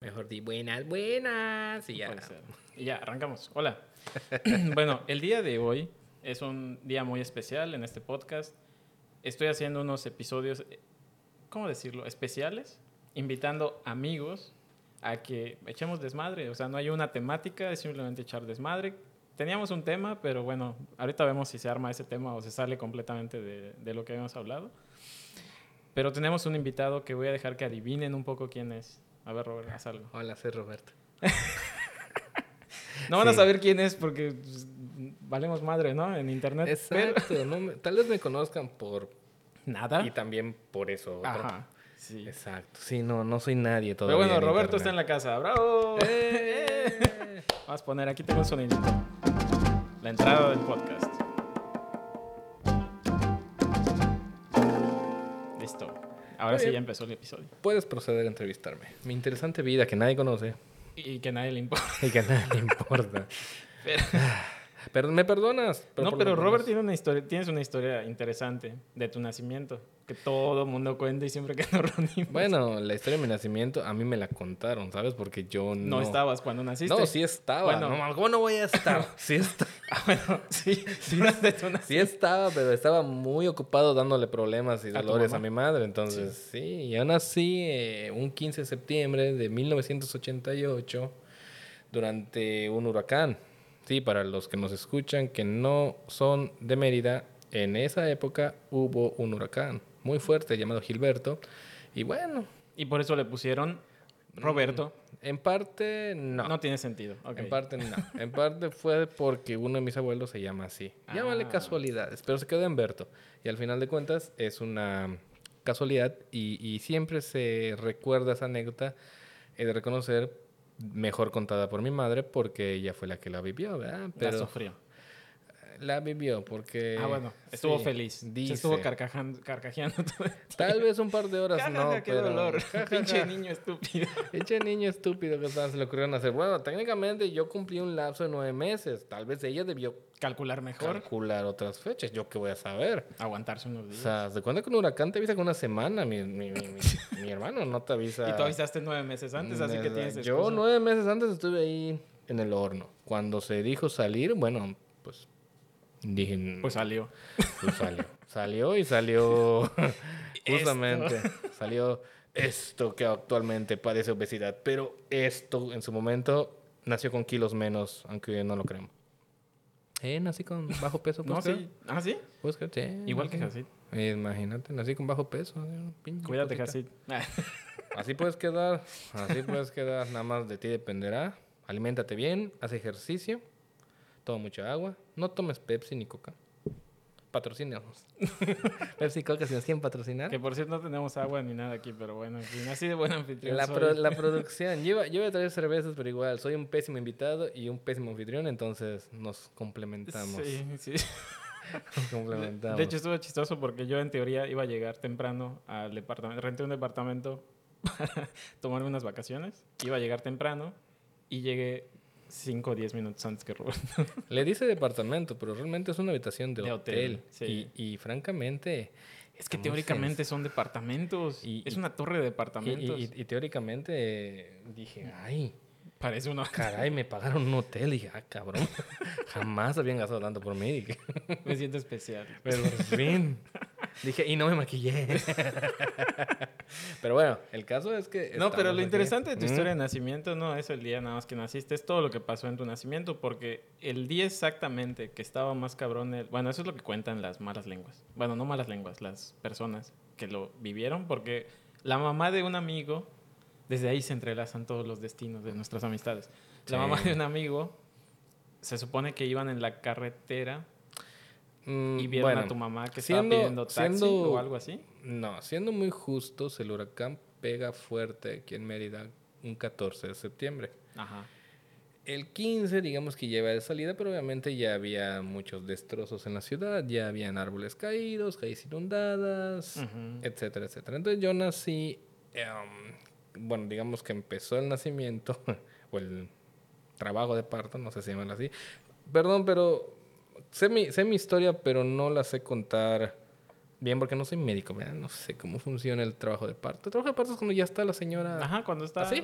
mejor di buenas, buenas. Y ya. Puede ser. Y ya, arrancamos. Hola. bueno, el día de hoy es un día muy especial en este podcast. Estoy haciendo unos episodios, eh, ¿cómo decirlo? Especiales, invitando amigos a que echemos desmadre. O sea, no hay una temática, es simplemente echar desmadre. Teníamos un tema, pero bueno, ahorita vemos si se arma ese tema o se sale completamente de, de lo que habíamos hablado. Pero tenemos un invitado que voy a dejar que adivinen un poco quién es. A ver, Robert, haz algo. Hola, soy Roberto. No van a Sí. saber quién es porque pues, valemos madre, ¿no? En internet. Pero Exacto. no me- tal vez me conozcan por. nada. Y también por eso. otro. ¿Ah? Ajá. Sí. Exacto. Sí, no, no soy nadie Pero todavía. bueno, en Roberto está en internet. la casa. ¡Bravo! ¡Eh! ¡Eh! Vamos a poner aquí tengo un sonidito. La entrada del podcast. Listo. Ahora Muy sí bien. ya empezó el episodio. Puedes proceder a entrevistarme. Mi interesante vida que nadie conoce Y que nadie le importa. y que a nadie le importa. Ah, Pero- Pero, ¿Me perdonas? por no, lo pero menos- Robert tiene una historia, tienes una historia interesante de tu nacimiento que todo mundo cuenta y siempre que nos reunimos. Bueno, la historia de mi nacimiento a mí me la contaron, ¿sabes? Porque yo no... no, estabas cuando naciste. No, sí estaba. Bueno. No, ¿Cómo no voy a estar? sí, esta- Ah, bueno, sí, sí, de tu nacimiento. sí estaba, pero estaba muy ocupado dándole problemas y ¿A tu dolores a, mamá? mi madre. Entonces, sí, yo nací eh, un 15 de septiembre de 1988 durante un huracán. Sí, para los que nos escuchan que no son de Mérida, en esa época hubo un huracán muy fuerte llamado Gilberto. Y bueno, Y por eso le pusieron Roberto. en parte No, tiene sentido. ok. En parte no. En parte fue porque uno de mis abuelos se llama así. Llámale Ah. casualidades, pero se quedó en Berto. Y al final de cuentas es una casualidad y, y siempre se recuerda esa anécdota he de reconocer mejor contada por mi madre porque ella fue la que la vivió, ¿verdad? La Pero sufrió. la vivió porque... ah, bueno. Estuvo sí, feliz. Se dice. estuvo carcajando, carcajeando todo el tiempo. Tal vez un par de horas Ja, ja, Pues no, ja, qué pero... dolor. Ja, ja, Pinche ja. niño estúpido. Eche niño estúpido que estaba- se le ocurrieron hacer. Bueno, técnicamente yo cumplí un lapso de nueve meses. Tal vez ella debió Calcular mejor. calcular otras fechas. ¿Yo qué voy a saber? Aguantarse unos O días. sea, ¿de cuándo que un huracán te avisa con una semana? Mi, mi- mi- mi- mi hermano no te avisa. y tú avisaste nueve meses antes, así que Nada. tienes Yo excusa. nueve meses antes estuve ahí en el horno. Cuando se dijo salir, bueno, pues dije... "Mm, Pues salió. Pues salió. Salió y salió. Justamente. Salió esto que actualmente padece obesidad. Pero esto en su momento nació con kilos menos, aunque no lo creemos. Eh, nací con bajo peso. pues, No, ¿puedes creer? sí. Ah, sí. ¿Puedes creer? Pues Sí, Igual que nací. Jacid. Eh, Imagínate, nací con bajo peso. eh, pinche Cuídate, Ah, cosita. Jacid. Así puedes quedar. Así puedes quedar. Nada más de ti dependerá. Aliméntate bien, haz ejercicio, toma mucha agua, no tomes Pepsi ni Coca. Patrocínanos. Pepsi y Coca si nos quieren patrocinar. que por cierto no tenemos agua ni nada aquí, pero bueno, en fin, así de buen anfitrión. La, soy. pro- la producción. Yo iba, yo iba a traer cervezas, pero igual soy un pésimo invitado y un pésimo anfitrión, entonces nos complementamos. Sí, sí. Nos De- complementamos. De hecho, estuvo chistoso porque yo en teoría iba a llegar temprano al departamento, renté un departamento para tomarme unas vacaciones, iba a llegar temprano y llegué 5 o 10 minutos antes que Rubén. Le dice departamento, pero realmente es una habitación de, De hotel, hotel. sí. Y, y francamente, Es que Muy teóricamente son departamentos, Y- es y- una torre de y, y- departamentos. y- y teóricamente eh, dije, ay, Parece una... caray, me pagaron un hotel. dije, ah, cabrón, jamás habían gastado tanto por mí. Dije, Me siento especial. pero en fin. Dije, y no me maquillé. pero bueno, el caso es que. No, pero estamos lo aquí. interesante de tu Mm. historia de nacimiento no es el día nada más que naciste, es todo lo que pasó en tu nacimiento, porque el día exactamente que estaba más cabrón, el- bueno, eso es lo que cuentan las malas lenguas. Bueno, no malas lenguas, las personas que lo vivieron, porque la mamá de un amigo, desde ahí se entrelazan todos los destinos de nuestras amistades. Sí. La mamá de un amigo, se supone que iban en la carretera Mm, y vieron bueno, a tu mamá que siendo- estaba pidiendo taxi siendo- o algo así. No, siendo muy justos, el huracán pega fuerte aquí en Mérida un 14 de septiembre. Ajá. El 15, digamos que lleva de salida, pero obviamente ya había muchos destrozos en la ciudad, ya habían árboles caídos, calles inundadas, Ujú. etcétera, etcétera. Entonces yo nací, em, bueno, digamos que empezó el nacimiento, o el trabajo de parto, no sé si llaman así. Perdón, pero sé mi, sé mi historia, pero no la sé contar bien porque no soy médico, ¿verdad? no sé cómo funciona el trabajo de parto. El trabajo de parto es cuando ya está la señora... Ajá, cuando está... ¿Así?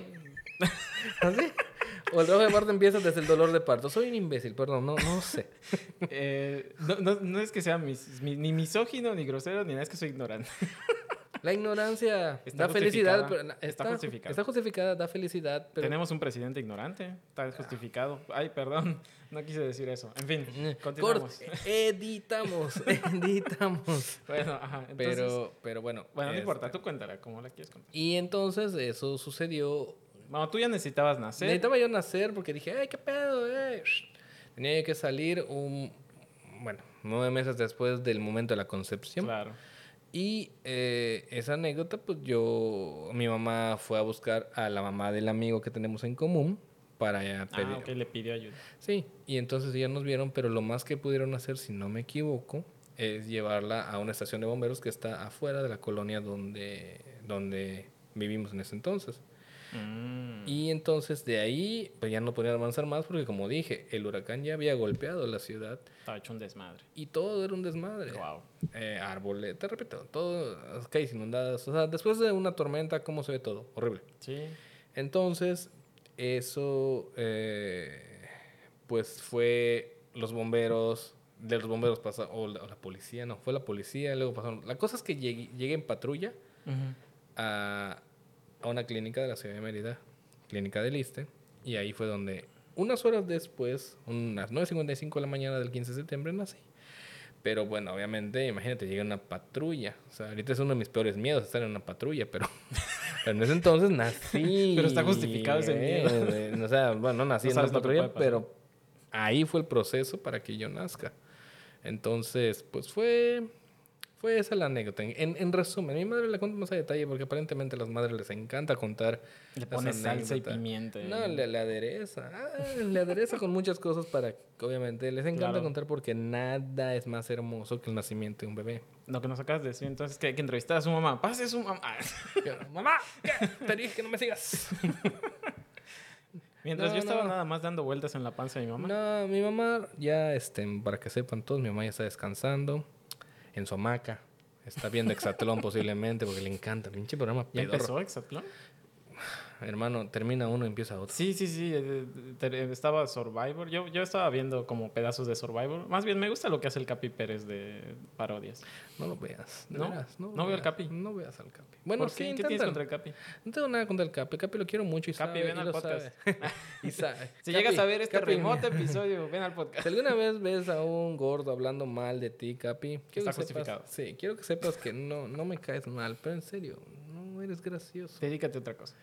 ¿Así? ¿Ah, O el trabajo de parto empieza desde el dolor de parto. Soy un imbécil, perdón, no, no sé. Eh, no, no- no es que sea mis- mi- ni misógino, ni grosero, ni nada, es que soy ignorante. La ignorancia Está da felicidad. justificada. pero na- Está justificada. Está justificada, da felicidad, pero... Tenemos un presidente ignorante, está justificado. Ay, perdón, no quise decir eso. En fin, Eh, continuamos. cort- editamos, editamos. Bueno, ajá. Entonces, Pero, pero bueno. bueno, no este, importa, tú cuéntala como la quieres contar. Y entonces eso sucedió. Bueno, tú ya necesitabas nacer. Necesitaba yo nacer porque dije, ay, qué pedo, eh". Tenía yo que salir un, bueno, nueve meses después del momento de la concepción. Claro. Y eh, esa anécdota, pues yo, mi mamá fue a buscar a la mamá del amigo que tenemos en común para ya pedir. Ah, ok, le pidió ayuda. Sí, y entonces ya nos vieron, pero lo más que pudieron hacer, si no me equivoco, es llevarla a una estación de bomberos que está afuera de la colonia donde, donde vivimos en ese entonces. Mm. Y entonces de ahí, pues ya no podían avanzar más porque como dije, el huracán ya había golpeado la ciudad Estaba hecho un desmadre. y todo era un desmadre Wow. eh, árboles, te repito, todo, las calles inundadas. O sea, después de una tormenta, ¿cómo se ve todo? Horrible. Sí. Entonces, eso, eh, pues fue los bomberos, de los bomberos pasa, o la, o la policía, no, fue la policía, luego pasaron. La cosa es que llegué, llegué en patrulla a, a una clínica de la ciudad de Mérida, clínica del Liste, y ahí fue donde unas horas después, unas 9.55 de la mañana del 15 de septiembre, nací. Pero bueno, obviamente, imagínate, llega una patrulla. O sea, ahorita es uno de mis peores miedos estar en una patrulla, pero, pero en ese entonces nací. Pero está justificado ese miedo. eh, eh, O sea, bueno, no nací No en una sabes lo que patrulla, puede pasar. pero ahí fue el proceso para que yo nazca. Entonces, pues fue fue esa la anécdota. En, en- en resumen, mi madre la cuento más a detalle porque aparentemente a las madres les encanta contar. Le las pones salsa y anécdotas. pimienta. y- No, le, le adereza. Ah, le adereza con muchas cosas para que, obviamente, les encanta Claro. contar porque nada es más hermoso que el nacimiento de un bebé. Lo que nos acabas de decir, entonces, que, que entrevistar a su mamá. Pase su mamá. Yo, Mamá, ¿qué? te dije que no me sigas. Mientras No, yo estaba no. nada más dando vueltas en la panza de mi mamá. No, mi mamá ya, este, para que sepan todos, mi mamá ya está descansando en su hamaca. Está viendo Exatlón posiblemente porque le encanta. Pinche programa ¿Ya pedorro. empezó Exatlón? Hermano, termina uno, empieza otro. Sí, sí, sí. eh, te- Estaba Survivor. Yo, yo estaba viendo como pedazos de Survivor. Más bien, me gusta lo que hace el Capi Pérez de parodias. No lo veas. de ¿No? veras, lo No veo al veas, Capi. No veas al Capi. Bueno, ¿Por sí, qué? ¿Qué intentan. tienes contra el Capi? No tengo nada contra el Capi. El Capi lo quiero mucho y Capi, sabe. ven y al lo podcast. sabe. Y sabe. Si Capi, llegas a ver este Capi, remoto episodio, ven al podcast. Si alguna vez ves a un gordo hablando mal de ti, Capi, quiero que Está sepas- justificado. sí, quiero que sepas que no, no me caes mal, pero en serio, no eres gracioso. Dedícate a otra cosa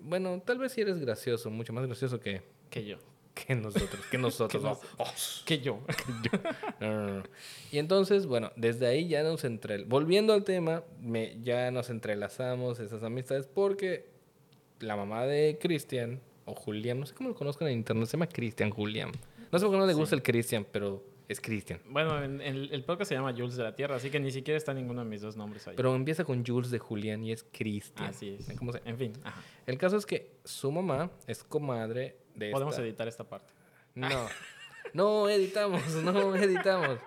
Bueno, tal vez sí eres gracioso, mucho más gracioso que, que yo. que nosotros. Que nosotros. ¿no? nos- Que yo. No, no, no. Y entonces, bueno, desde ahí ya nos entre... Volviendo al tema, me- ya nos entrelazamos esas amistades porque la mamá de Cristian, o Julián, no sé cómo lo conozcan en internet, se llama Cristian Julián. No sé por qué no le gusta el Cristian, pero es Cristian. Bueno, en- en- el podcast se llama Jules de la Tierra, así que ni siquiera está ninguno de mis dos nombres ahí. Pero empieza con Jules de Julián y es Cristian. así es. ¿Cómo se- En fin, ajá. El caso es que su mamá es comadre de podemos esta- editar esta parte. No. No editamos, no editamos.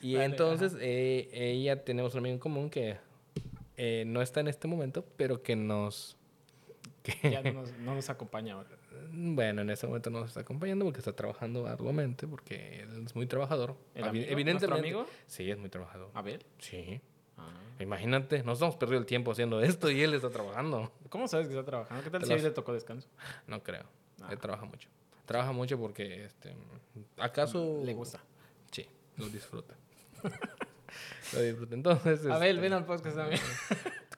Y Vale, entonces eh, ella tenemos un amigo en común que eh, no está en este momento, pero que nos... que- Ya no nos, no nos acompaña ahora. bueno, en este momento no nos está acompañando porque está trabajando arduamente, porque él es muy trabajador. ¿El Evi- amigo? ¿Nuestro Evidentemente. amigo? Sí, es muy trabajador. Abel. Sí. Ah. Imagínate, nos hemos perdido el tiempo haciendo esto y él está trabajando. ¿Cómo sabes que está trabajando? ¿Qué tal Te si hoy las- le tocó descanso? No creo. Ah. Él trabaja mucho. Trabaja mucho porque, este, ¿acaso... Le gusta. Sí, lo disfruta. lo disfruta. Entonces, Abel, este, ven al podcast también.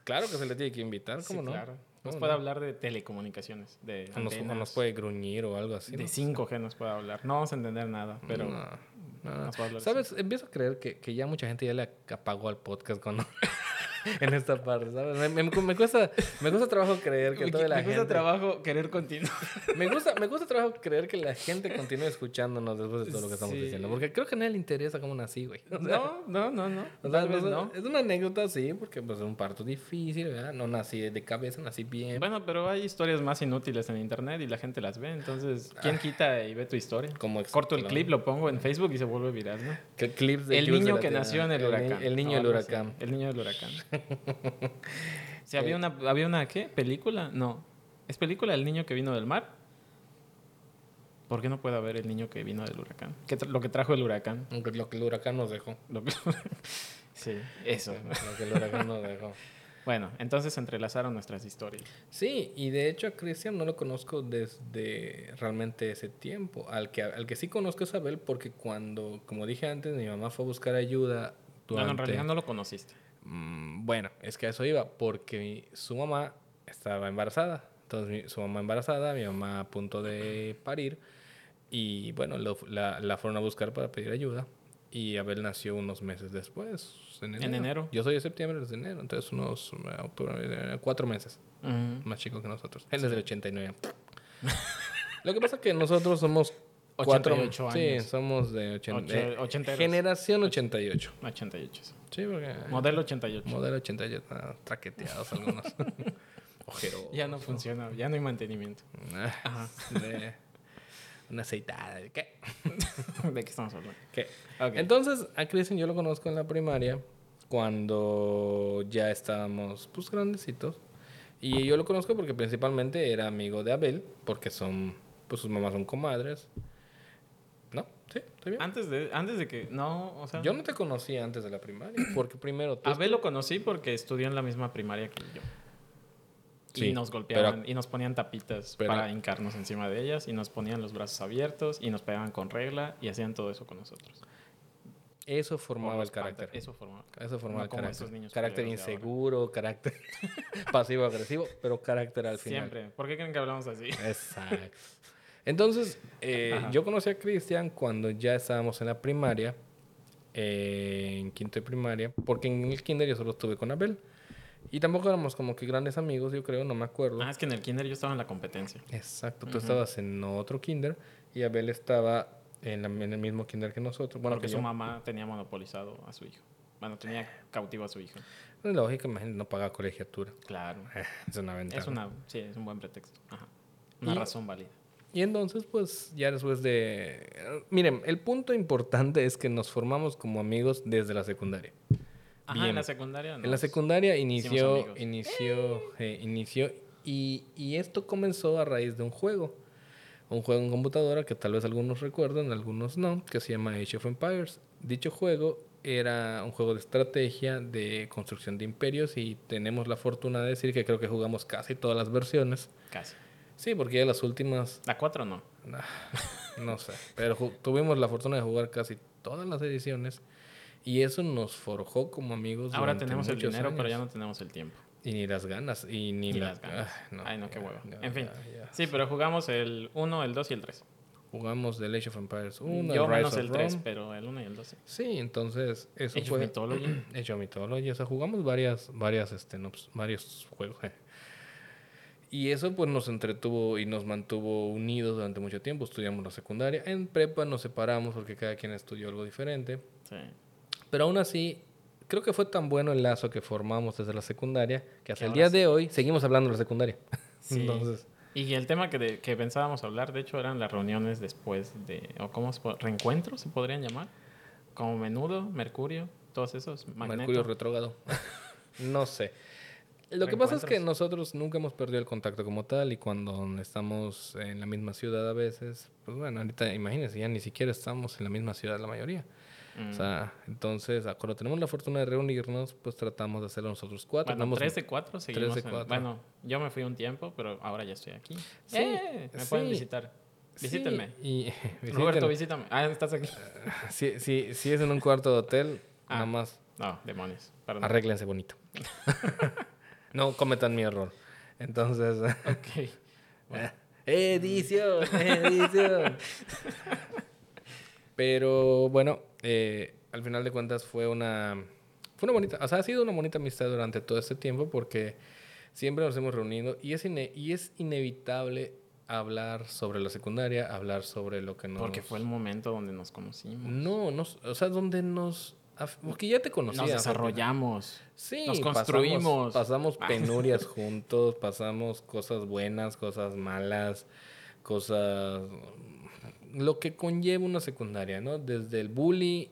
claro que se le tiene que invitar, Sí, ¿cómo no? claro. Nos ¿Cómo puede no? hablar de telecomunicaciones, de O Nos, o antenas, nos puede gruñir o algo así. de ¿no? 5G nos puede hablar. No vamos a entender nada, pero Mm, No, no. nos puede hablar. de ¿Sabes? Empiezo a creer que, que ya mucha gente ya le apagó al podcast cuando... en esta parte, ¿sabes? Me, me- me cuesta, me cuesta trabajo creer que Uy, toda la me gente... gusta trabajo querer continuar. me, gusta, me gusta trabajo creer que la gente continúe escuchándonos después de todo lo que estamos Sí. diciendo. Porque creo que a nadie le interesa cómo nací, güey. O sea, No, no, no, no. O sea, Tal vez no sé, no. Es una anécdota, sí, porque pues, es un parto difícil, ¿verdad? No nací de cabeza, nací bien. Bueno, pero hay historias más inútiles en internet y la gente las ve, entonces ¿quién quita y ve tu historia? Como ex- Corto Ah. el claro. clip, lo pongo en Facebook y se vuelve viral, ¿no? Que clips de El Jules de niño la que Tierra. nació en el, ni- huracán. El niño o del algo así. huracán. Eh. El niño del huracán. sí, había una, había una ¿qué? ¿Película? No. ¿Es película El niño que vino del mar? ¿Por qué no puede haber el niño que vino del huracán? ¿Qué tra- lo que trajo el huracán. Lo que el huracán nos dejó. Lo que- sí, eso. Lo que el huracán nos dejó. Bueno, entonces se entrelazaron nuestras historias. Sí, y de hecho a Cristian no lo conozco desde realmente ese tiempo. Al que, al que sí conozco es a Abel porque cuando, como dije antes, mi mamá fue a buscar ayuda No, no, en durante- realidad no lo conociste. Mm, bueno, es que a eso iba porque mi- su mamá estaba embarazada. Entonces mi- su mamá embarazada, mi mamá a punto de parir. Y bueno, lo- la, la fueron a buscar para pedir ayuda. Y Abel nació unos meses después, en enero. enero? Yo soy de septiembre, desde enero. Entonces unos eh, octubre, eh, cuatro meses Ujú. más chico que nosotros. Él es del 89. Lo que pasa es que nosotros somos cuatro 88 años. Sí, somos de 80, Ocho- eh, ochenteros. generación 88. 88. sí. Sí, porque Modelo 88. modelo 88 ah, traqueteados algunos. Ojero. ya no funciona, ya no hay mantenimiento. Ah, de- una aceitada. ¿de ¿Qué? ¿De qué estamos hablando? ¿Qué? Ok. Entonces, a Kristen yo lo conozco en la primaria, cuando ya estábamos, pues, grandecitos. Y yo lo conozco porque principalmente era amigo de Abel, porque son, pues, sus mamás son comadres. ¿No? ¿Sí? ¿Estoy bien? Antes de, antes de que. No, o sea. Yo no te conocí antes de la primaria, porque primero Pues tú... Abel lo conocí porque estudió en la misma primaria que yo. Sí, y nos golpeaban pero- y nos ponían tapitas pero- para hincarnos encima de ellas y nos ponían los brazos abiertos y nos pegaban con regla y hacían todo eso con nosotros. Eso Por formaba los el carácter. pantalones. Eso formaba el Eso formaba No el como carácter. estos niños carácter culeros de ahora. inseguro, carácter pasivo-agresivo, pero carácter al final. Siempre. ¿Por qué creen que hablamos así? Exacto. Entonces, eh, Ajá. yo conocí a Cristian cuando ya estábamos en la primaria, eh, en quinto de primaria, porque en el kinder yo solo estuve con Abel. Y tampoco éramos como que grandes amigos, yo creo, no me acuerdo. Ah, es que en el kinder yo estaba en la competencia. Exacto, tú estabas en otro kinder y Abel estaba en, la- en el mismo kinder que nosotros. Bueno, porque que su yo. mamá tenía monopolizado a su hijo. Bueno, tenía cautivo a su hijo. Es lógico, imagínate, no pagaba colegiatura. Claro. Es una ventaja. Es una, sí, es un buen pretexto. Ajá. Una Y- razón válida. Y entonces, pues, ya después de... Miren, el punto importante es que nos formamos como amigos desde la secundaria. Ajá, Bien. en la secundaria no. En la secundaria inició, amigos. inició, eh, inició y, y esto comenzó a raíz de un juego. Un juego en computadora que tal vez algunos recuerdan, algunos no, que se llama Age of Empires. Dicho juego era un juego de estrategia, de construcción de imperios y tenemos la fortuna de decir que creo que jugamos casi todas las versiones. Casi. Sí, porque ya las últimas, La 4 no. nah, no sé, pero ju- tuvimos la fortuna de jugar casi todas las ediciones y eso nos forjó como amigos. Ahora Pues durante tenemos el muchos dinero, pero años. ya no tenemos el tiempo. Y ni las ganas. Y ni, Ni la- las ganas. Ah, Ay, no, qué ya, hueva. ya, en fin. ya, ya. Sí, pero jugamos el 1, el 2 y el 3. Jugamos The Age of Empires 1, Yo el Rise menos of el 3, Rome. pero el 1 y el 2 sí. Sí, entonces eso Age of fue... Mythology. Age of Mythology. O sea, jugamos varias, varias, este, no, pues, varios juegos. Y eso pues nos entretuvo y nos mantuvo unidos durante mucho tiempo. Estudiamos la secundaria. En prepa nos separamos porque cada quien estudió algo diferente. Sí. Pero aún así, creo que fue tan bueno el lazo que formamos desde la secundaria que hasta Que el ahora día sí. de hoy seguimos hablando de la secundaria. Sí. Entonces... Y el tema que, de- que pensábamos hablar, de hecho, eran las reuniones después de... ¿O cómo se po- ¿Reencuentros se podrían llamar? Como Menudo, Mercurio, todos esos. Magneto. Mercurio retrógrado. no sé. Lo que pasa es que Reencuentros. nosotros nunca hemos perdido el contacto como tal y cuando estamos en la misma ciudad a veces, pues bueno, ahorita imagínense, ya ni siquiera estamos en la misma ciudad la mayoría. Mm. O sea, entonces, a- cuando tenemos la fortuna de reunirnos, pues tratamos de hacerlo nosotros cuatro. bueno, Andamos- 3 de 4 seguimos. de en- cuatro. bueno, yo me fui un tiempo, pero ahora ya estoy aquí. Sí, ¡Eh! Me sí. pueden visitar. Sí, Visítenme. y- Roberto, visítenme. visítame. Ah, estás aquí. si, si- si es en un cuarto de hotel, Ah. nada más No, demonios. Perdón. arréglense bonito. no cometan mi error. Entonces... Ok. Bueno. Edición, edición. Pero bueno, eh, al final de cuentas fue una, fue una bonita, o sea, ha sido una bonita amistad durante todo este tiempo porque siempre nos hemos reunido y es, ine- y es inevitable hablar sobre la secundaria, hablar sobre lo que nos... Porque fue el momento donde nos conocimos. No, nos- o sea, donde nos... af- Porque ya te conocía. Nos desarrollamos. Sí, Nos pasamos- construimos. Pasamos, Ah. penurias juntos, pasamos cosas buenas, cosas malas, cosas. Lo que conlleva una secundaria, ¿no? Desde el bully.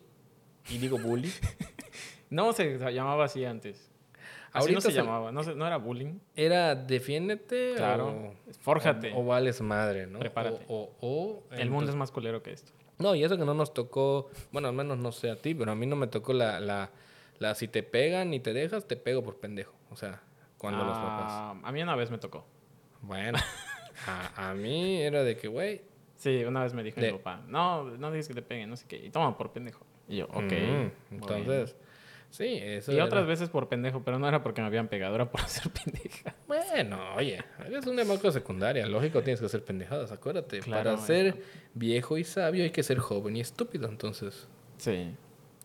Y digo bully. No se llamaba así antes. Así no se sal- llamaba, no, se- no era bullying. Era defiéndete Claro. o, Fórjate. o, o vales madre, ¿no? Prepárate. O, o- o- El mundo es más culero que esto. No, y eso que no nos tocó, bueno, al menos no sé a ti, pero a mí no me tocó la, la, la si te pegan y te dejas, te pego por pendejo. O sea, cuando los papás. Ah, A mí una vez me tocó. Bueno, a, a mí era de que, güey, Sí, una vez me dijo De- mi papá, no, no digas que te peguen, no sé qué. Y toma por pendejo. Y yo, ok. mm, muy bien". entonces, sí, eso. Y era- otras veces por pendejo, pero no era porque me habían pegado, era por hacer pendeja. Bueno, oye, eres un demonio secundaria, lógico tienes que hacer pendejadas, acuérdate. Claro, Para ser viejo y sabio hay que ser joven y estúpido, entonces. Sí. tienes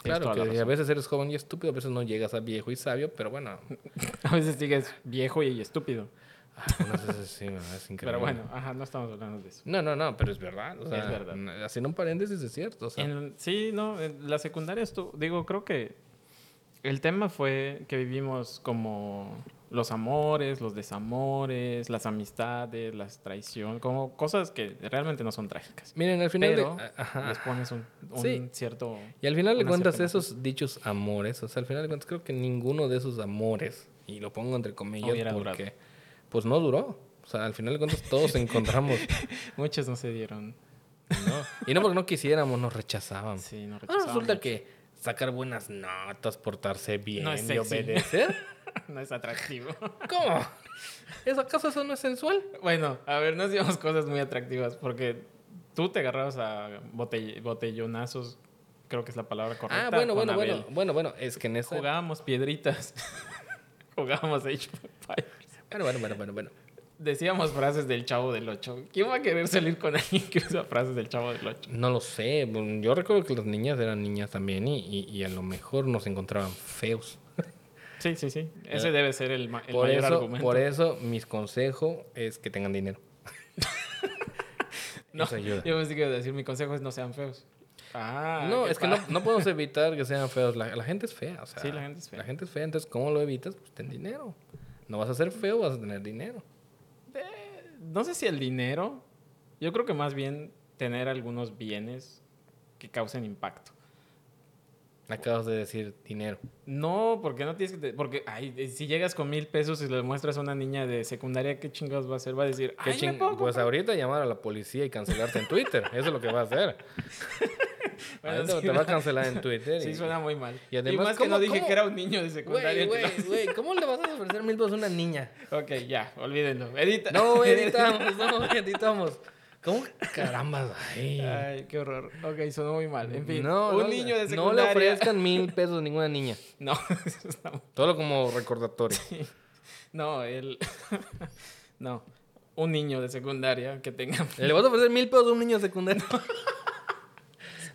Claro, toda la que a razón. veces eres joven y estúpido, a veces no llegas a viejo y sabio, pero bueno, a veces sigues viejo y estúpido. algunas veces sí, ¿no? es increíble. Pero bueno, ajá, no estamos hablando de eso. No, no, no, pero es verdad. O sea, Es verdad. Haciendo un paréntesis es cierto. O sea, En- sí, no, en la secundaria estuvo, digo, creo que el tema fue que vivimos como los amores, los desamores, las amistades, las traiciones, como cosas que realmente no son trágicas. Miren, al final. Pero de, ajá. les pones un, un Sí. cierto... Y al final de una cuentas, cierta esos dichos amores, o sea, al final de cuentas, creo que ninguno de esos amores, y lo pongo entre comillas Hubiera durado. porque, pues no duró. O sea, al final de cuentas, todos encontramos, Muchos no se dieron. ¿no? Y no porque no quisiéramos, nos rechazaban. Sí, no Ahora rechazaban resulta mucho. que sacar buenas notas, portarse bien No es y sexy. obedecer. no es atractivo. ¿Cómo? ¿Eso acaso eso no es sensual? bueno, a ver, no hacíamos cosas muy atractivas porque tú te agarrabas a botell- botellonazos, creo que es la palabra correcta. Ah, bueno, con bueno, Abel. bueno, bueno, bueno, es que en esa... Jugábamos piedritas. Jugábamos Age of Empires. Bueno, bueno, bueno, bueno, bueno. Decíamos frases del Chavo del Ocho. ¿Quién va a querer salir con alguien que usa frases del Chavo del Ocho? No lo sé, mm, yo recuerdo que las niñas eran niñas también y, y- y a lo mejor nos encontraban feos. Sí, sí, sí. Ese debe ser el, ma- el Por mayor eso, argumento. por eso, mis consejos es que tengan dinero. No, Eso ayuda. Yo pensé que iba a decir, mi consejo es no sean feos. Ah, no, qué es que no, padre. no podemos evitar que sean feos. La, la gente es fea, o sea. Sí, la gente es fea. La gente es fea, entonces, ¿cómo lo evitas? Pues ten dinero. No vas a ser feo, vas a tener dinero. Eh, no sé si el dinero. Yo creo que más bien tener algunos bienes que causen impacto. Acabas de decir dinero. No, porque no tienes que... te- Porque, ay, eh, si llegas con mil pesos y le muestras a una niña de secundaria, ¿qué chingados va a hacer? Va a decir, ¿Qué ay, ching- ¿me puedo Pues comprar? ahorita llamar a la policía y cancelarte en Twitter. Eso es lo que va a hacer. Bueno, Ahorita sí, te va a ¿verdad? cancelar en Twitter. Sí, y- suena muy mal. Y Y, además, más que ¿cómo- no dije cómo? que era un niño de secundaria. Güey, güey, entonces- güey, ¿cómo le vas a ofrecer mil pesos a una niña? Ok, ya, olvídenlo. Edita. No editamos, no editamos. ¿Cómo? Caramba, ay. Ay, qué horror. Ok, sonó muy mal. En fin, No, un no, niño de No le secundaria... ofrezcan mil pesos a ninguna niña. No, eso está muy- Todo como recordatorio. No, él... no, un niño de secundaria que tenga... ¿Le vas a ofrecer mil pesos a un niño secundario?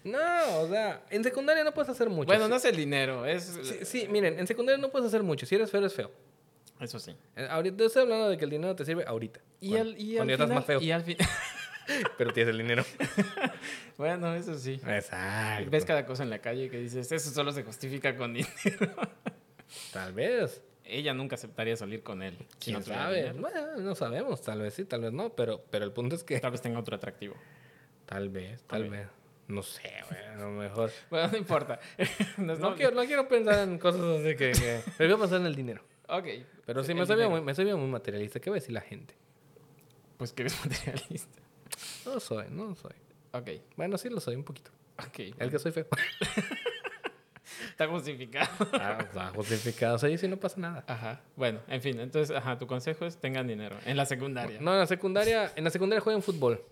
No, o sea, en secundaria no puedes hacer mucho. Bueno, no es el dinero, es... Sí, sí, miren, en secundaria no puedes hacer mucho. Si eres feo, eres feo. Eso sí. Eh, Ahorita yo estoy hablando de que el dinero te sirve ahorita. Y Cuando- al, y al cuando ya estás final- más feo. Y al fin... Pero tienes el dinero. bueno, eso sí. Exacto. Ves cada cosa en la calle que dices, eso solo se justifica con dinero. Tal vez. Ella nunca aceptaría salir con él. si no ¿Quién tuviera sabe? dinero. Bueno, no sabemos. Tal vez sí, tal vez no. Pero, pero el punto es que... Tal vez tenga otro atractivo. Tal vez, tal Ok. vez. No sé, güey, a lo mejor. Bueno, no importa. Nos Pues No vamos- quiero, no quiero pensar en cosas así que... que... Prefiero pensar en el dinero. Ok. Pero sí, El me soy, bien dinero. muy, me soy bien muy materialista. ¿Qué va a decir la gente? Pues que eres materialista. No soy, no soy. Ok, Bueno, sí lo soy un poquito. ok. El que soy feo. Está justificado. Ah, o sea, justificado. O sea, ahí sí no pasa nada. Ajá. Bueno, en fin. Entonces, ajá, tu consejo es tengan dinero. En la secundaria. No, en la secundaria, en la secundaria juegan fútbol.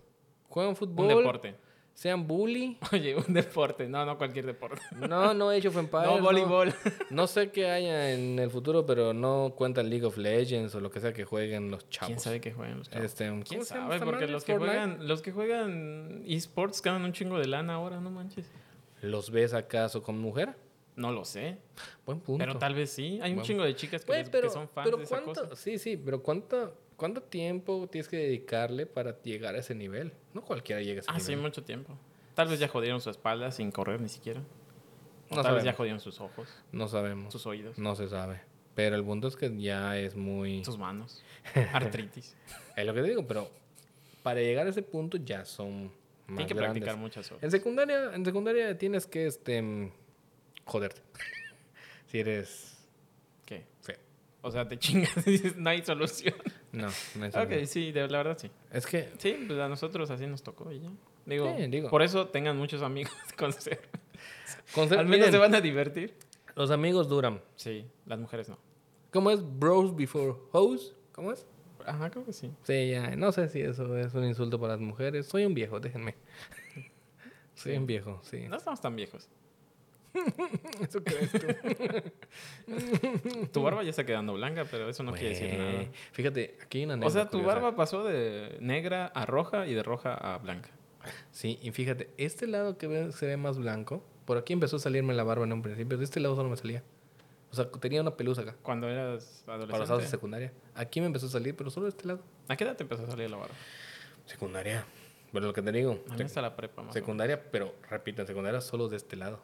Juegan un fútbol. deporte. Sean bully. Oye, un deporte. No, no cualquier deporte. No, no he hecho Empires. no, voleibol. No sé qué haya en el futuro, pero no cuenta League of Legends o lo que sea que jueguen los chavos. ¿Quién sabe qué juegan los chavos? Este, ¿Quién ¿cómo se llama sabe? esta Porque madre? los que, Fortnite. juegan, los que juegan esports ganan un chingo de lana ahora, no manches. ¿Los ves acaso con mujer? No lo sé. Buen punto. Pero tal vez sí. Hay un Bueno. chingo de chicas que, Güey, les- que pero, son fans pero de esa cuánto, cosa. sí, sí, pero cuánto, cuánto tiempo tienes que dedicarle para llegar a ese nivel. No cualquiera llega a ese Ah, sí, nivel. mucho tiempo. Tal vez ya jodieron su espalda sin correr ni siquiera. O No tal vez ya sabemos. jodieron sus ojos, No sabemos. sus oídos, No se sabe. Pero el punto es que ya es muy. sus manos. Artritis. Es lo que te digo, pero para llegar a ese punto ya son más Tienen que grandes. practicar muchas horas. En secundaria, en secundaria tienes que este mm, joderte. si eres ¿Qué? feo. o sea, te chingas y dices, no hay solución. No, no es Ok, sí, de, la verdad sí. Es que Sí, pues a nosotros así nos tocó y ya. Digo, Sí, digo. por eso tengan muchos amigos con ser. con ser- Al menos miren, se van a divertir. los amigos duran. Sí, las mujeres no. ¿Cómo es? Bros before hoes. ¿Cómo es? Ajá, creo que sí. Sí, ya. No sé si eso es un insulto para las mujeres. Soy un viejo, déjenme. Soy Sí. un viejo, sí. No estamos tan viejos. ¿Eso crees tú? Tu barba ya está quedando blanca, pero eso no quiere decir nada. Fíjate, aquí hay una O sea, anécdota tu curiosa. barba pasó de negra a roja y de roja a blanca. Sí, y fíjate, este lado que ve- se ve más blanco, por aquí empezó a salirme la barba en un principio, de este lado solo me salía. O sea, tenía una pelusa acá, Cuando eras para los lados de adolescente. secundaria. Aquí me empezó a salir, pero solo de este lado. ¿A qué edad te empezó a salir la barba? Secundaria. Pero lo que te digo, A mí sec- hasta la prepa más. o menos. secundaria, pero repito, en secundaria solo de este lado.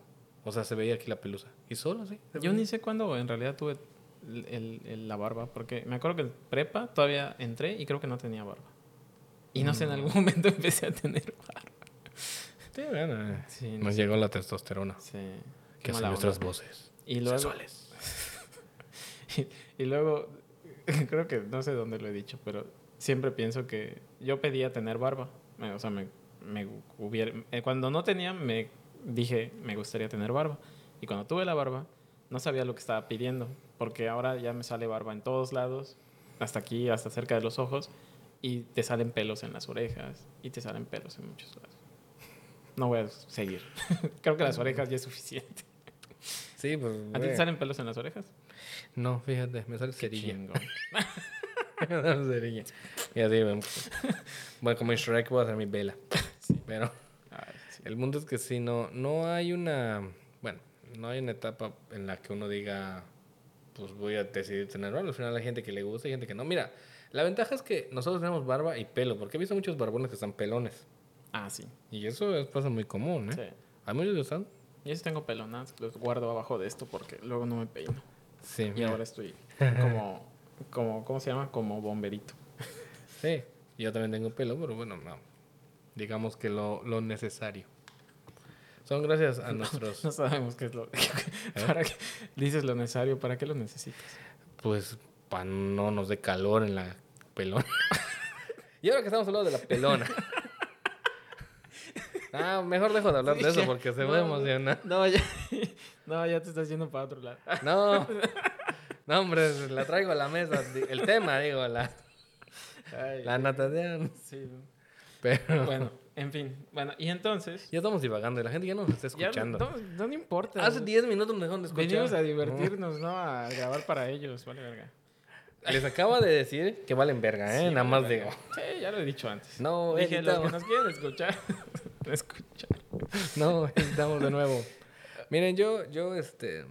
O sea, se veía aquí la pelusa. Y solo, sí. se Yo veía. ni sé cuándo en realidad tuve el- el- el- la barba, porque me acuerdo que en prepa todavía entré y creo que no tenía barba. Y no sé, en Mm. algún momento empecé a tener barba. Sí, bueno, eh. Sí, no Nos sé. llegó la testosterona. Sí, qué Que hace mala nuestras onda. voces. Y luego, Sexuales. y luego, creo que no sé dónde lo he dicho, pero siempre pienso que yo pedía tener barba. Me- O sea, me, me hubiera, eh, cuando no tenía, me dije, me gustaría tener barba. Y cuando tuve la barba, no sabía lo que estaba pidiendo, porque ahora ya me sale barba en todos lados, hasta aquí, hasta cerca de los ojos, y te salen pelos en las orejas, y te salen pelos en muchos lados. No voy a seguir. creo que las orejas ya es suficiente. Sí, pues. ¿A ti te güey. salen pelos en las orejas? No, fíjate, me sale cerilla. Chingón. Me sale cerilla. Y así, bueno, bueno, como Shrek voy a hacer mi vela. Pero Ay, Ah, sí. el mundo es que sí, no, no hay una. Bueno, no hay una etapa en la que uno diga, pues voy a decidir tener barba. Al final hay gente que le gusta y gente que no. Mira, la ventaja es que nosotros tenemos barba y pelo, porque he visto muchos barbones que están pelones. Ah, sí. Y eso es, pasa muy común, ¿eh? sí. ¿Hay muchos que están? Yo sí tengo pelo, nada, más que los guardo abajo de esto porque luego no me peino. Sí, Y mira. ahora estoy como, como, ¿cómo se llama? Como bomberito. Sí, yo también tengo pelo, pero bueno, no. Digamos que lo, lo necesario. Son gracias a nuestros. No sabemos qué es ¿Eh? lo... ¿Para qué? Dices lo necesario, ¿para qué lo necesitas? Pues, para no nos dé calor en la pelona. y ahora que estamos hablando de la pelona. ah, mejor dejo de hablar de eso porque se puede emocionar. No, ya, no, ya te estás yendo para otro lado. No. No, hombre, la traigo a la mesa. di- El tema, digo, la, Ay, la natación. sí. Pero Bueno, en fin. Bueno, y entonces... ya estamos divagando y la gente ya nos está Ya, escuchando. no, no, no importa. Hace 10 minutos nos dejaron de escuchar. Venimos a No. divertirnos, ¿no? A grabar para ellos, vale verga. Les acaba de decir que valen verga, ¿eh? Sí, Nada más vale, digo. Sí, ya lo he dicho antes. No, Dije, los que editamos. nos quieren escuchar, escuchar. No, editamos de nuevo. Miren, yo, yo, este.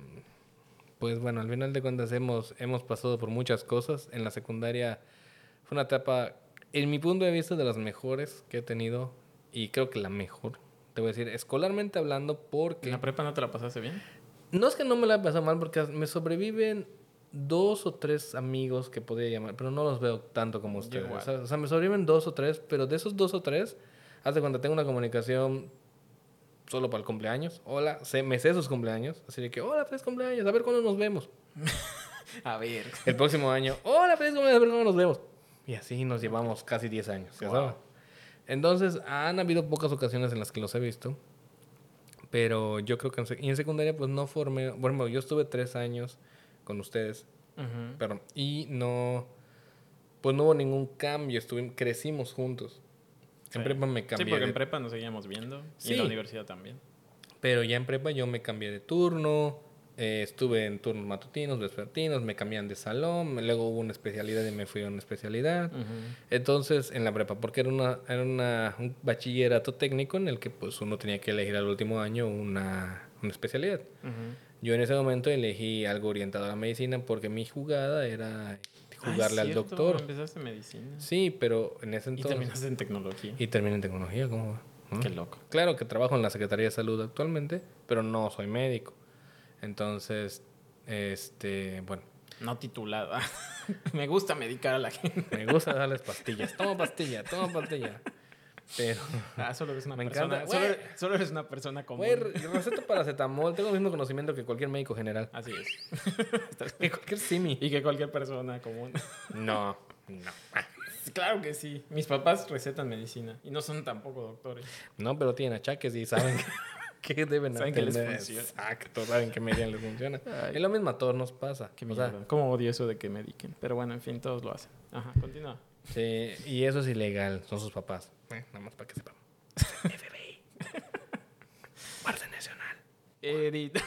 Pues bueno, al final de cuentas hemos, hemos pasado por muchas cosas. En la secundaria fue una etapa, en mi punto de vista, de las mejores que he tenido. Y creo que la mejor. Te voy a decir, escolarmente hablando, porque. ¿En la prepa no te la pasaste bien? No es que no me la he pasado mal, porque me sobreviven dos o tres amigos que podría llamar, pero no los veo tanto como ustedes. igual. O sea, o sea, me sobreviven dos o tres, pero de esos dos o tres, hace cuando tengo una comunicación solo para el cumpleaños. Hola, sé, me sé sus cumpleaños. Así de que, hola, feliz cumpleaños, a ver cuándo nos vemos. A ver. El próximo año, hola, feliz cumpleaños, a ver cuándo nos vemos. Y así nos llevamos casi 10 años. ¿ya Wow. sabes? Entonces, han habido pocas ocasiones en las que los he visto. Pero yo creo que en, sec- y en secundaria, pues no formé. Bueno, yo estuve tres años con ustedes, perdón, y no. Pues no hubo ningún cambio, estuvimos, crecimos juntos. En prepa me cambié. Sí, porque en de- prepa nos seguíamos viendo. Y Sí. en la universidad también. Pero ya en prepa yo me cambié de turno, eh, estuve en turnos matutinos, vespertinos, me cambian de salón, me- luego hubo una especialidad y me fui a una especialidad. Entonces, en la prepa, porque era, una, era una- un bachillerato técnico en el que pues uno tenía que elegir al último año una, una especialidad. Yo en ese momento elegí algo orientado a la medicina porque mi jugada era jugarle Ah, al cierto, doctor. Empezaste medicina. Sí, pero en ese Y entonces... terminaste en tecnología. Y terminé en tecnología, ¿cómo va? ¿Mm? Qué loco. Claro que trabajo en la Secretaría de Salud actualmente, pero no soy médico. Entonces, este, bueno, No titulada. Me gusta medicar a la gente. me gusta darles pastillas. Toma pastilla, toma pastilla. Pero, Ah, solo eres una Me persona. encanta. Solo, Güey. solo eres una persona común. güey, receta paracetamol. Tengo el mismo conocimiento que cualquier médico general. Así es. Que cualquier simi. Y que cualquier persona común. No, no. Ah, claro que sí. Mis papás recetan medicina y no son tampoco doctores. No, pero tienen achaques y saben que, que deben Saben que les atender. funciona. Exacto, saben que media les funciona. Ay. Es lo mismo a todos nos pasa. Qué O sea, mierda. ¿Cómo odio eso de que mediquen? Pero bueno, en fin, todos lo hacen. Ajá, continúa. sí, y eso es ilegal, son sus papás. Eh, nada más para que sepan. FBI. Guardia Nacional. Edith.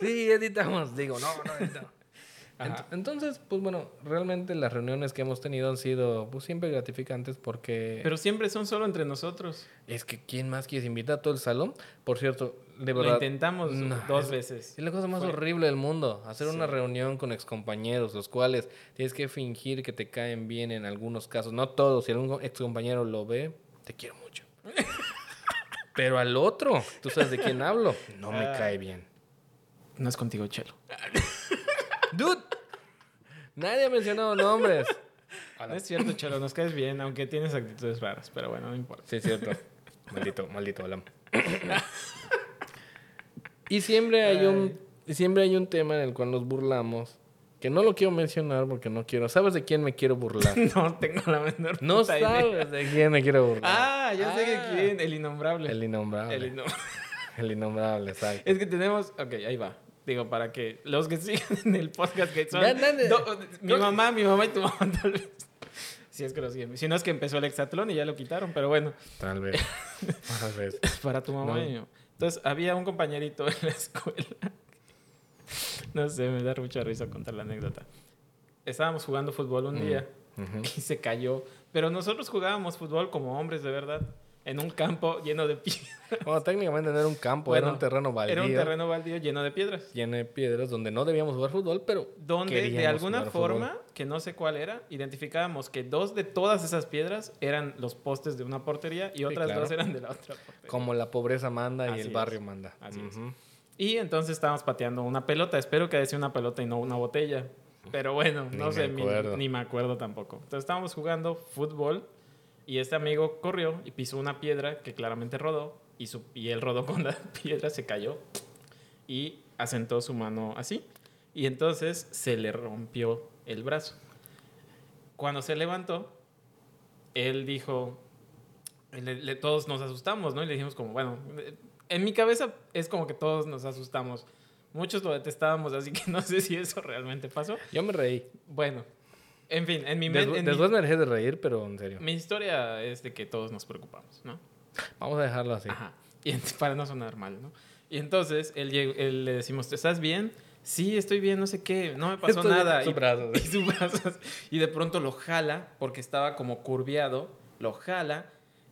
Sí, editamos. Digo, no, no editamos. Ajá. Ent- Entonces, pues bueno, realmente las reuniones que hemos tenido han sido pues, siempre gratificantes porque Pero siempre son solo entre nosotros. es que ¿quién más quieres invitar a todo el salón? Por cierto, de Lo verdad, intentamos No, dos es- veces. Es la cosa más Fue- horrible del mundo. Hacer una Sí. reunión con excompañeros, los cuales tienes que fingir que te caen bien en algunos casos. No todos. Si algún excompañero lo ve, te quiero mucho. Pero al otro, tú sabes de quién hablo, no me Ah. cae bien. No es contigo, Chelo. Dude, nadie ha mencionado nombres. No es cierto, Chelo. Nos caes bien, aunque tienes actitudes raras. Pero bueno, no importa. Sí, es cierto. Maldito, maldito Alam. y siempre hay un y siempre hay un tema en el cual nos burlamos, que no lo quiero mencionar porque no quiero. ¿Sabes de quién me quiero burlar? No tengo la menor No puta idea. sabes de quién me quiero burlar. Ah, ya Ah. sé que quién. El innombrable. El innombrable. El El, inno- innombrable, exacto. Es que tenemos. Ok, ahí va. Digo, para que los que siguen en el podcast que son. Ya, dale. do- mi mamá, mi mamá y tu mamá, tal vez. Si es que lo siguen. Si no es que empezó el hexatlón y ya lo quitaron, pero bueno, Tal vez. Tal vez. para tu mamá No. y mi mamá. Entonces, había un compañerito en la escuela. No sé, me da mucha risa contar la anécdota. Estábamos jugando fútbol un día Ujú. y se cayó. Pero nosotros jugábamos fútbol como hombres de verdad. En un campo lleno de piedras. Bueno, técnicamente no era un campo, era Bueno, un terreno baldío. Era un terreno baldío lleno de piedras. lleno de piedras donde no debíamos jugar fútbol, pero donde de queríamos alguna jugar fútbol. forma, que no sé cuál era, identificábamos que dos de todas esas piedras eran los postes de una portería y otras claro. dos eran de la otra portería. como la pobreza manda y Así el es. barrio manda. Así es. Ujú. Y entonces estábamos pateando una pelota, espero que decía una pelota y no una botella. Pero bueno, Ni no me sé, mi- acuerdo. ni me acuerdo tampoco. Entonces estábamos jugando fútbol y este amigo corrió y pisó una piedra que claramente rodó y, su, y él rodó con la piedra, se cayó y asentó su mano así. Y entonces se le rompió el brazo. Cuando se levantó, él dijo, le- le- todos nos asustamos, ¿no? Y le dijimos como, bueno, en mi cabeza es como que todos nos asustamos. Muchos lo detestábamos, así que no sé si eso realmente pasó. Yo me reí. Bueno, en fin, en mi Despu- mente... después me dejé de reír, pero en serio. Mi historia es de que todos nos preocupamos, ¿no? Vamos a dejarlo así. Ajá. Y ent- para no sonar mal, ¿no? Y entonces él, llegó- él le decimos, ¿estás bien? Sí, estoy bien, no sé qué, no me pasó Estoy- nada. su Y- brazo. y su brazo- Y de pronto lo jala, porque estaba como curviado, lo jala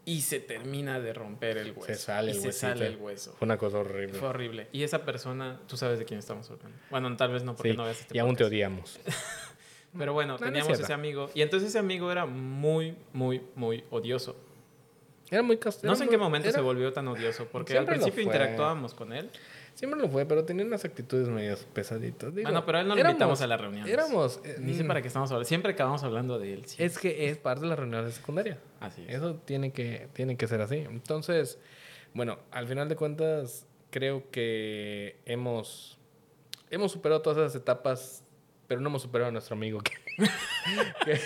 y se termina de romper el hueso. sale y el se huesito. sale el hueso. Fue una cosa horrible. Fue horrible. Y esa persona, tú sabes de quién estamos hablando. Bueno, tal vez no, porque Sí, no veas este y aún te podcast. odiamos. Pero bueno, No, no es teníamos cierto. ese amigo. Y entonces ese amigo era muy, muy, muy odioso. Era muy castrante. No sé en qué momento se volvió tan odioso, porque Siempre al lo principio fue. interactuábamos con él. Siempre lo fue, pero tenía unas actitudes medio pesaditas. Digo, Ah, no, pero a él no lo éramos- invitamos a la reunión. Éramos. eh, Ni sé mm, para qué estamos hablando. Siempre acabamos hablando de él. sí. Es que es parte de las reuniones de secundaria. Así es. Eso tiene que, tiene que ser así. Entonces, bueno, al final de cuentas, creo que hemos, hemos superado todas esas etapas, pero no hemos superado a nuestro amigo. Que, que-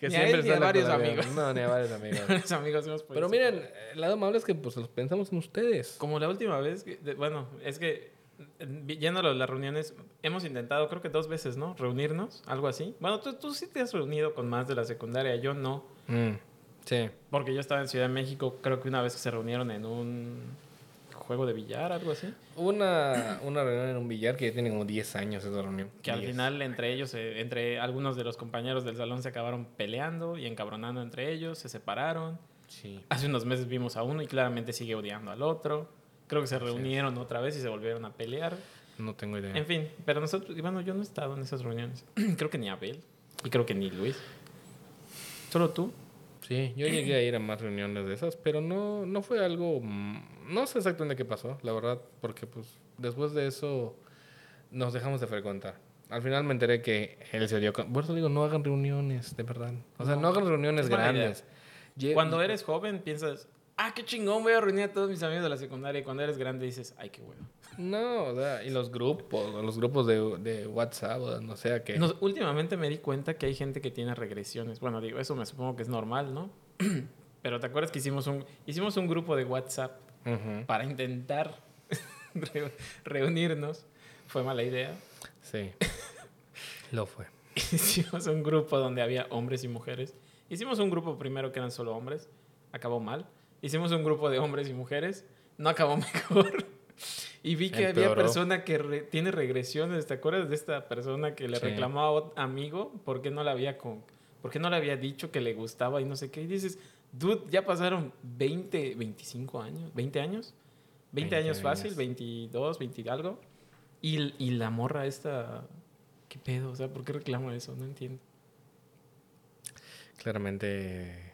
que Ni a él, ni a sale varios con la vida. amigos. Pues No, ni a varios amigos. Los amigos hemos podido pero superar. miren, el lado amable es que pues los pensamos en ustedes. Como la última vez, que- de- bueno, es que eh, yéndolo a las reuniones, hemos intentado, creo que dos veces, ¿no? Reunirnos, algo así. Bueno, tú, tú sí te has reunido con más de la secundaria, yo no. Mm, sí. Porque yo estaba en Ciudad de México, creo que una vez que se reunieron en un juego de billar, algo así. Hubo una, una reunión en un billar que ya tiene como 10 años esa reunión. Que al 10. final entre ellos, eh, entre algunos de los compañeros del salón se acabaron peleando y encabronando entre ellos, se separaron. Sí. Hace unos meses vimos a uno y claramente sigue odiando al otro. Creo que se es. reunieron otra vez y se volvieron a pelear. No tengo idea. En fin, pero nosotros, y bueno, yo no he estado en esas reuniones. creo que ni Abel y creo que ni Luis. Solo tú. Sí, yo llegué a ir a más reuniones de esas, pero no, no fue algo... mm, No sé exactamente qué pasó, la verdad, porque pues después de eso nos dejamos de frecuentar. Al final me enteré que él se dio... con- Por eso digo, no hagan reuniones, de verdad. O sea, no, No, hagan reuniones es buena idea. grandes. Lle- Cuando eres joven piensas, ah, qué chingón, voy a reunir a todos mis amigos de la secundaria. Y cuando eres grande dices, ay, qué bueno. No, o sea, y los grupos, o los grupos de, de WhatsApp, o no sé a qué. Nos- últimamente me di cuenta que hay gente que tiene regresiones. Bueno, digo, eso me supongo que es normal, ¿no? Pero ¿te acuerdas que hicimos un, hicimos un grupo de WhatsApp Ujú, para intentar re- reunirnos? Fue mala idea. Sí. Lo fue. Hicimos un grupo donde había hombres y mujeres. Hicimos un grupo primero que eran solo hombres. Acabó mal. Hicimos un grupo de hombres y mujeres. No acabó mejor. Y vi que había Empeoró. persona que re- tiene regresiones. ¿Te acuerdas de esta persona que le Sí. reclamó a ot- amigo por qué no la había con, por qué no le había dicho que le gustaba y no sé qué? Y dices, dude, ya pasaron 20, 25 años, 20 años. 20, 20 años fácil, años. 22, 20 y algo. Y, y la morra esta, ¿qué pedo? O sea, ¿por qué reclama eso? No entiendo. Claramente.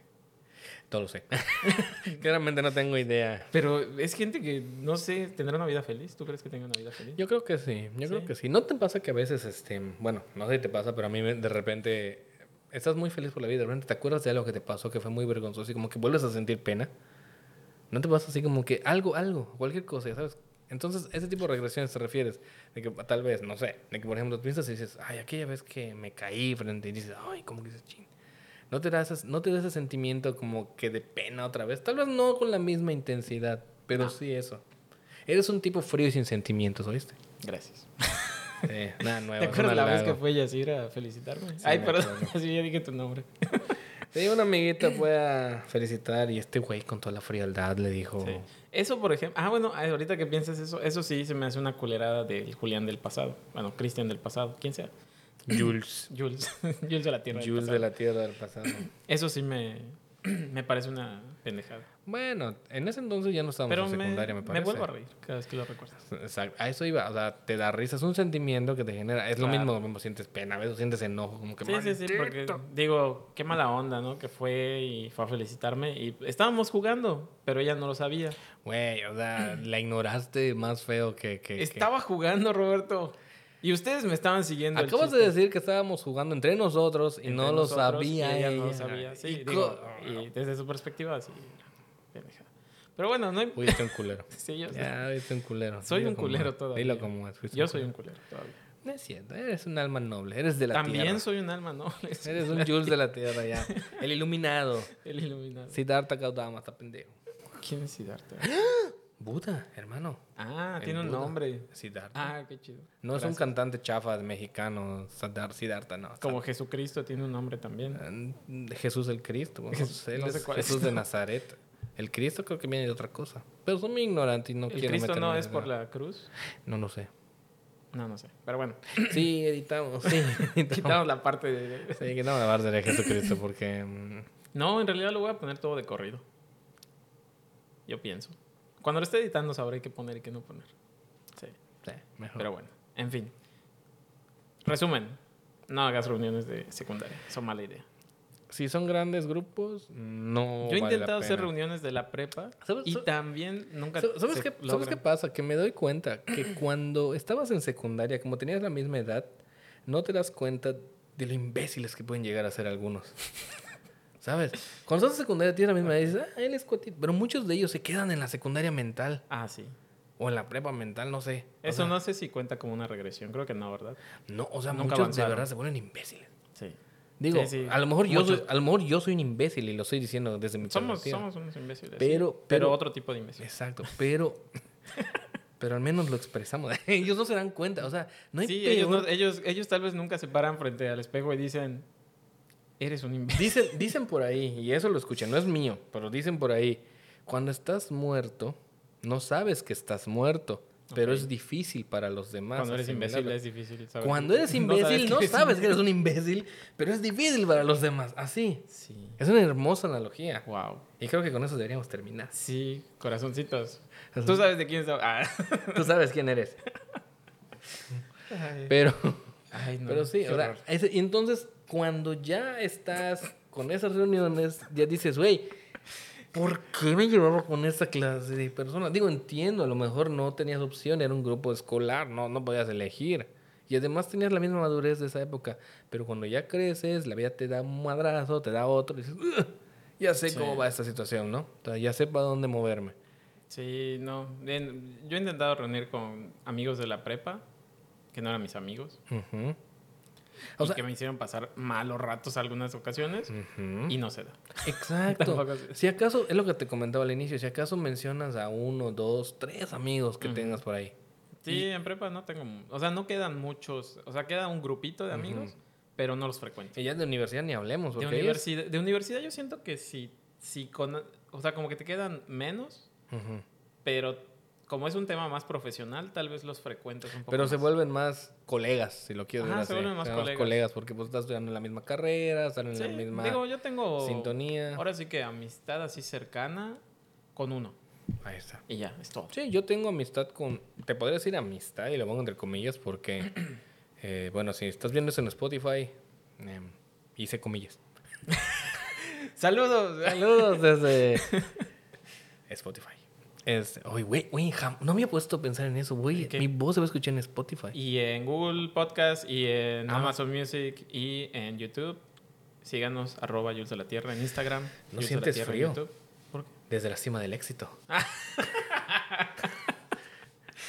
Todo lo sé. Claramente no tengo idea. Pero es gente que, no sé, ¿tendrá una vida feliz? ¿Tú crees que tenga una vida feliz? Yo creo que sí, yo creo Sí. que sí. ¿No te pasa que a veces, este, bueno, no sé si te pasa, pero a mí me- de repente estás muy feliz por la vida, de repente te acuerdas de algo que te pasó que fue muy vergonzoso y como que vuelves a sentir pena? ¿No te pasa así como que algo, algo, cualquier cosa, ya sabes? Entonces, ese tipo de regresiones te refieres, de que tal vez, no sé, de que por ejemplo piensas y dices, ay, aquella vez que me caí frente y dices, ay, como que dices, ching. ¿No te, da esas- ¿No te da ese sentimiento como que de pena otra vez? Tal vez no con la misma intensidad, pero sí eso. Eres un tipo frío y sin sentimientos, ¿oíste? Gracias. Sí, nada nuevo. ¿Te es acuerdas un la vez que halago. fue Yacira a felicitarme? Sí, Ay, me perdón, acuerdo. así ya dije tu nombre. Sí, una amiguita fue a felicitar y este güey con toda la frialdad le dijo... Sí. Eso, por ejemplo. Ah, bueno, ay, ahorita que piensas eso, eso sí se me hace una culerada del Julián del pasado. Bueno, Cristian del pasado, quién sea. Jules. Jules. Jules de la Tierra. del Jules de pasado. la tierra del pasado. Eso sí me, me parece una pendejada. bueno, en ese entonces ya no estábamos Pero en me, secundaria, me, me parece. vuelvo a reír cada vez que lo recuerdas. Exacto. A eso iba, o sea, te da risa, es un sentimiento que te genera. Es lo Claro. mismo, lo mismo sientes pena, a veces sientes enojo, como que Sí, sí, sí, porque "Maldito". digo, qué mala onda, ¿no? Que fue y fue a felicitarme y estábamos jugando, pero ella no lo sabía. Güey, o sea, la ignoraste más feo que... que- que- Estaba jugando, Roberto. Y ustedes me estaban siguiendo. el Acabas de chiste. decir que estábamos jugando entre nosotros y no entre lo nosotros, sabía y ella ella. no lo sabía. Sí, Y digo, co- y desde su perspectiva, sí. pendejada. Pero bueno, no hay... Fuiste un culero. Sí, yo, Ya, fuiste un culero. Soy Dilo un como culero es. todavía. Dilo como es. fuiste yo un soy culero. un culero todavía. No es cierto, eres un alma noble, eres de la También tierra. soy un alma noble. soy Eres un Jules de la tierra ya. El iluminado. El iluminado. Siddhartha Gautama, está pendejo. ¿Quién es Siddhartha? Buda, hermano. Ah, El tiene un Buda. nombre. Siddhartha. Ah, qué chido. no es un cantante chafa mexicano, Siddhar- Siddhartha, no. Como Jesucristo tiene un nombre también. Mm, Jesús el Cristo. bueno, Jes- pues, él no sé es cuál es. Jesús de Nazaret. El Cristo creo que viene de otra cosa. Pero soy muy ignorante y no ¿El quiero Cristo meterme no en es ese por tema. la cruz? No lo sé. No, no sé. Pero bueno, Sí, editamos. Sí, editamos. quitamos la parte de... Sí, que no me de Jesucristo porque... mm, No, en realidad lo voy a poner todo de corrido. Yo pienso. Cuando lo esté editando sabré qué poner y qué no poner. Sí. sí, mejor. Pero bueno, en fin. Resumen. No hagas reuniones de secundaria. Son mala idea. si son grandes grupos, no. Yo vale he la intentado hacer pena. reuniones de la prepa ¿Sabes- y sab- también nunca ¿Sab- ¿Sabes, se qué, sabes logran. qué pasa? Que me doy cuenta que cuando estabas en secundaria, como tenías la misma edad, no te das cuenta de lo imbéciles que pueden llegar a ser algunos. ¿Sabes? Cuando estás en secundaria tienes la misma edad y dices, ah, él es cuatito. Pero muchos de ellos se quedan en la secundaria mental Ah, sí. o en la prepa mental, no sé. O Eso sea, no sé si cuenta como una regresión. Creo que no, ¿verdad? No, o sea, Nunca muchos avanzaron. de verdad se vuelven imbéciles. Sí. Digo, Sí, sí. A, lo mejor yo Muchos. soy, a lo mejor yo soy un imbécil y lo estoy diciendo desde mi Somos, perspectiva. somos unos imbéciles. sí. Pero- pero, pero- otro tipo de imbéciles. Exacto, pero pero al menos lo expresamos. ellos no se dan cuenta, o sea, no hay sí, peor. ellos, no- ellos, ellos tal vez nunca se paran frente al espejo y dicen, eres un imbécil. Dicen dicen por ahí y eso lo escuché, no es mío, pero dicen por ahí, cuando estás muerto no sabes que estás muerto, pero Ok. es difícil para los demás. Cuando eres asimilarlo. imbécil es difícil. saber- Cuando eres no sabes imbécil que no eres sabes imbécil. que eres un imbécil, pero es difícil para los demás, así. Sí. Es una hermosa analogía. Wow. Y creo que con eso deberíamos terminar. Sí, corazoncitos. Tú sabes de quién es. Ah. Tú sabes quién eres. Pero Ay, no, Pero sí, qué o sea, horror. ese- y entonces cuando ya estás con esas reuniones, ya dices, güey, ¿por qué me llevaba con esta clase de personas? Digo, entiendo, a lo mejor no tenías opción, era un grupo escolar, no, no podías elegir. Y además tenías la misma madurez de esa época, pero cuando ya creces, la vida te da un madrazo, te da otro, y dices, "Ugh", ya sé Sí. cómo va esta situación, ¿no? O sea, ya sé para dónde moverme. Sí, no. En- Yo he intentado reunir con amigos de la prepa, que no eran mis amigos, Ujú. O y sea- que me hicieron pasar malos ratos algunas ocasiones, Ujú. y no se da. Exacto. Tampoco se- si acaso, es lo que te comentaba al inicio, si acaso mencionas a uno, dos, tres amigos que Ujú. tengas por ahí. Sí, en prepa no tengo. O sea, no quedan muchos. O sea, queda un grupito de amigos, pero no los frecuento. Y ya de universidad ni hablemos, De porque ellos- universidad, de universidad yo siento que si, si con, o sea, como que te quedan menos, Ujú. pero como es un tema más profesional, tal vez los frecuentes un poco Pero se más. vuelven más colegas, si lo quieres Ajá, ver se así. vuelven más O sea, colegas. porque pues estás estudiando en la misma carrera, están en la Sí, misma digo, yo tengo sintonía. ahora sí que amistad así cercana con uno Ahí está. y ya, es todo. Sí, yo tengo amistad con. Te podría decir amistad y lo pongo entre comillas porque. eh, bueno, si estás viendo eso en Spotify, em, hice comillas. Saludos. Saludos desde Spotify. Este, oye, güey, güey, jam- no me había puesto a pensar en eso, güey. ¿Qué? Mi voz se va a escuchar en Spotify. Y en Google Podcast y en Ah. Amazon Music y en YouTube. Síganos, arroba Jules de la Tierra en Instagram. ¿No Jules de la sientes Tierra en frío? YouTube. ¿Por qué? Desde la cima del éxito. Ah.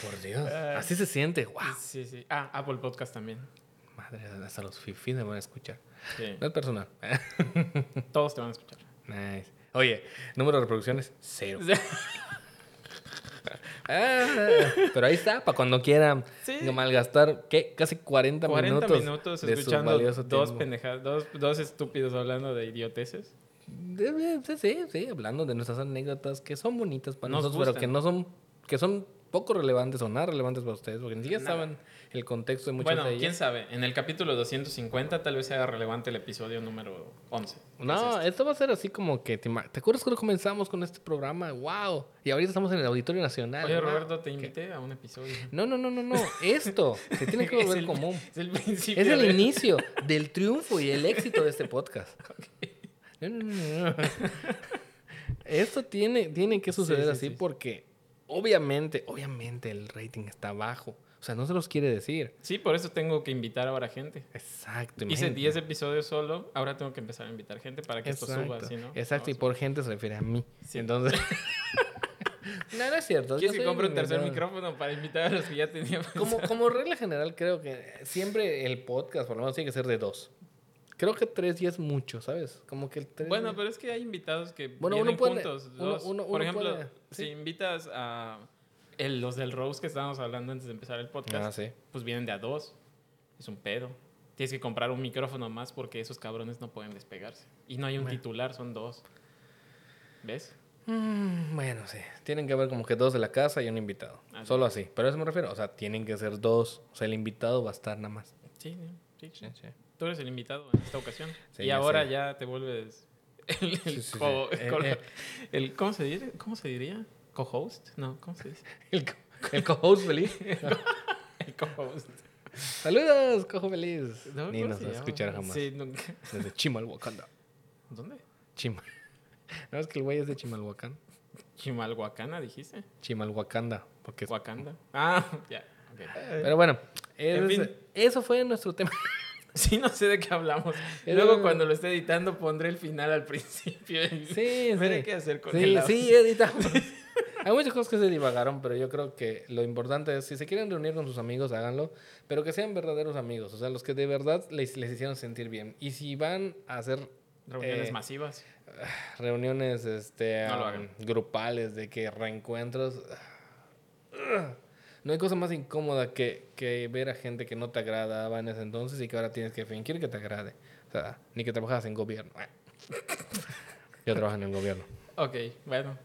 Por Dios. Ah. Así se siente. Wow. Sí, sí. Ah, Apple Podcast también. Madre, hasta los fifis me van a escuchar. Sí. No es personal. Todos te van a escuchar. Nice. Oye, número de reproducciones, cero. Ah, pero ahí está, para cuando quieran Sí. malgastar ¿qué? casi 40, 40 minutos, minutos de su escuchando valioso dos tiempo. pendejadas, dos, dos estúpidos hablando de idioteces. Eh, eh, Sí, sí, sí, hablando de nuestras anécdotas que son bonitas para Nos nosotros, pero gustan. que no son, que son poco relevantes o nada relevantes para ustedes, porque ni siquiera Nada. saben el contexto de muchas Bueno, de quién ellas. sabe, en el capítulo 250 tal vez sea relevante el episodio número 11. No, Entonces, esto va a ser así como que, ¿te, ima- ¿te acuerdas cuando comenzamos con este programa? ¡Wow! Y ahorita estamos en el Auditorio Nacional. Oye, ¡Wow! Roberto, te ¿Qué? invité a un episodio. No, no, no, no, no. Esto se tiene que volver el- común. Es el principio. Es el de- inicio del triunfo y el éxito de este podcast. No, no, no, no. Esto tiene, tiene que suceder sí, así sí, sí. porque obviamente, obviamente el rating está bajo. O sea, no se los quiere decir. Sí, por eso tengo que invitar ahora gente. Exacto. Hice imagínate. 10 episodios solo, ahora tengo que empezar a invitar gente para que Exacto. esto suba, ¿sí, no? Exacto, y No, por gente se refiere a mí. Sí. Entonces... no, no es cierto. yo ¿Quieres que soy compre un tercer inventor. micrófono para invitar a los que ya tenía Como, como regla general, creo que siempre el podcast, por lo menos, tiene que ser de dos. Creo que tres ya es mucho, ¿sabes? Como que el tres. Bueno, pero es que hay invitados que Bueno, vienen uno puede- juntos. uno- dos. uno- Por uno ejemplo, puede, si sí. invitas a el- los del Rose que estábamos hablando antes de empezar el podcast, Ah, sí. pues vienen de a dos. Es un pedo. Tienes que comprar un micrófono más porque esos cabrones no pueden despegarse. Y no hay un Bueno. titular, son dos. ¿Ves? Mm, bueno, sí. Tienen que haber como que dos de la casa y un invitado. Así Solo así. Pero a eso me refiero. O sea, tienen que ser dos. O sea, el invitado va a estar nada más. Sí, sí, sí. sí. Tú eres el invitado en esta ocasión. Sí, y ya ahora sé. ya te vuelves el, el Sí, sí, sí. co- Eh, co- eh. el- ¿cómo, se diría? ¿Cómo se diría? ¿Co-host? No, ¿cómo se dice? El, co- el cohost feliz. El co-host. Saludos, cojo feliz. No, Ni ¿cómo nos se va a llama? escuchar jamás. Sí, nunca. Desde Chimalhuacanda. ¿Dónde? Chimal. No, es que el güey es de Chimalhuacán. Chimalhuacana, dijiste. Chimalhuacanda. Porque es- Eh. Wakanda. Ah, ya. ok. Pero bueno, En ese- fin. eso fue nuestro tema. Sí, no sé de qué hablamos. Eh, Luego, cuando lo esté editando, pondré el final al principio. Sí, Veré sí. qué hacer con Sí, el audio. sí, editamos. Hay muchas cosas que se divagaron, pero yo creo que lo importante es, si se quieren reunir con sus amigos, háganlo, pero que sean verdaderos amigos, o sea, los que de verdad les, les hicieron sentir bien. Y si van a hacer Reuniones Eh, masivas. reuniones este, No lo um, hagan. grupales, de que reencuentros, ah, no hay cosa más incómoda que, que ver a gente que no te agradaba en ese entonces y que ahora tienes que fingir que te agrade. O sea, ni que trabajas en gobierno. Yo trabajo en el gobierno. Ok, bueno.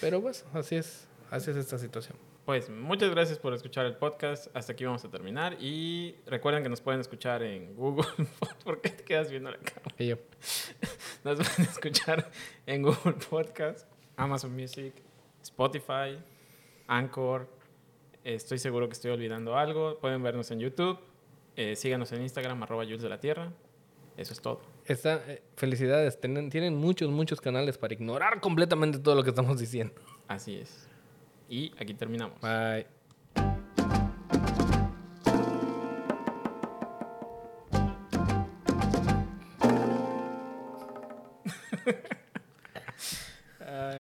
Pero pues, así es, así es esta situación. Pues muchas gracias por escuchar el podcast. Hasta aquí vamos a terminar. Y recuerden que nos pueden escuchar en Google. Pod- ¿Por qué te quedas viendo la cámara? Y yo, Nos pueden escuchar en Google Podcast, Amazon Music, Spotify, Anchor. Estoy seguro que estoy olvidando algo. Pueden vernos en YouTube. Eh, síganos en Instagram, arroba Jules de la Tierra. Eso es todo. está, eh, felicidades, tienen, tienen muchos, muchos canales para ignorar completamente todo lo que estamos diciendo. Así es. Y aquí terminamos. Bye.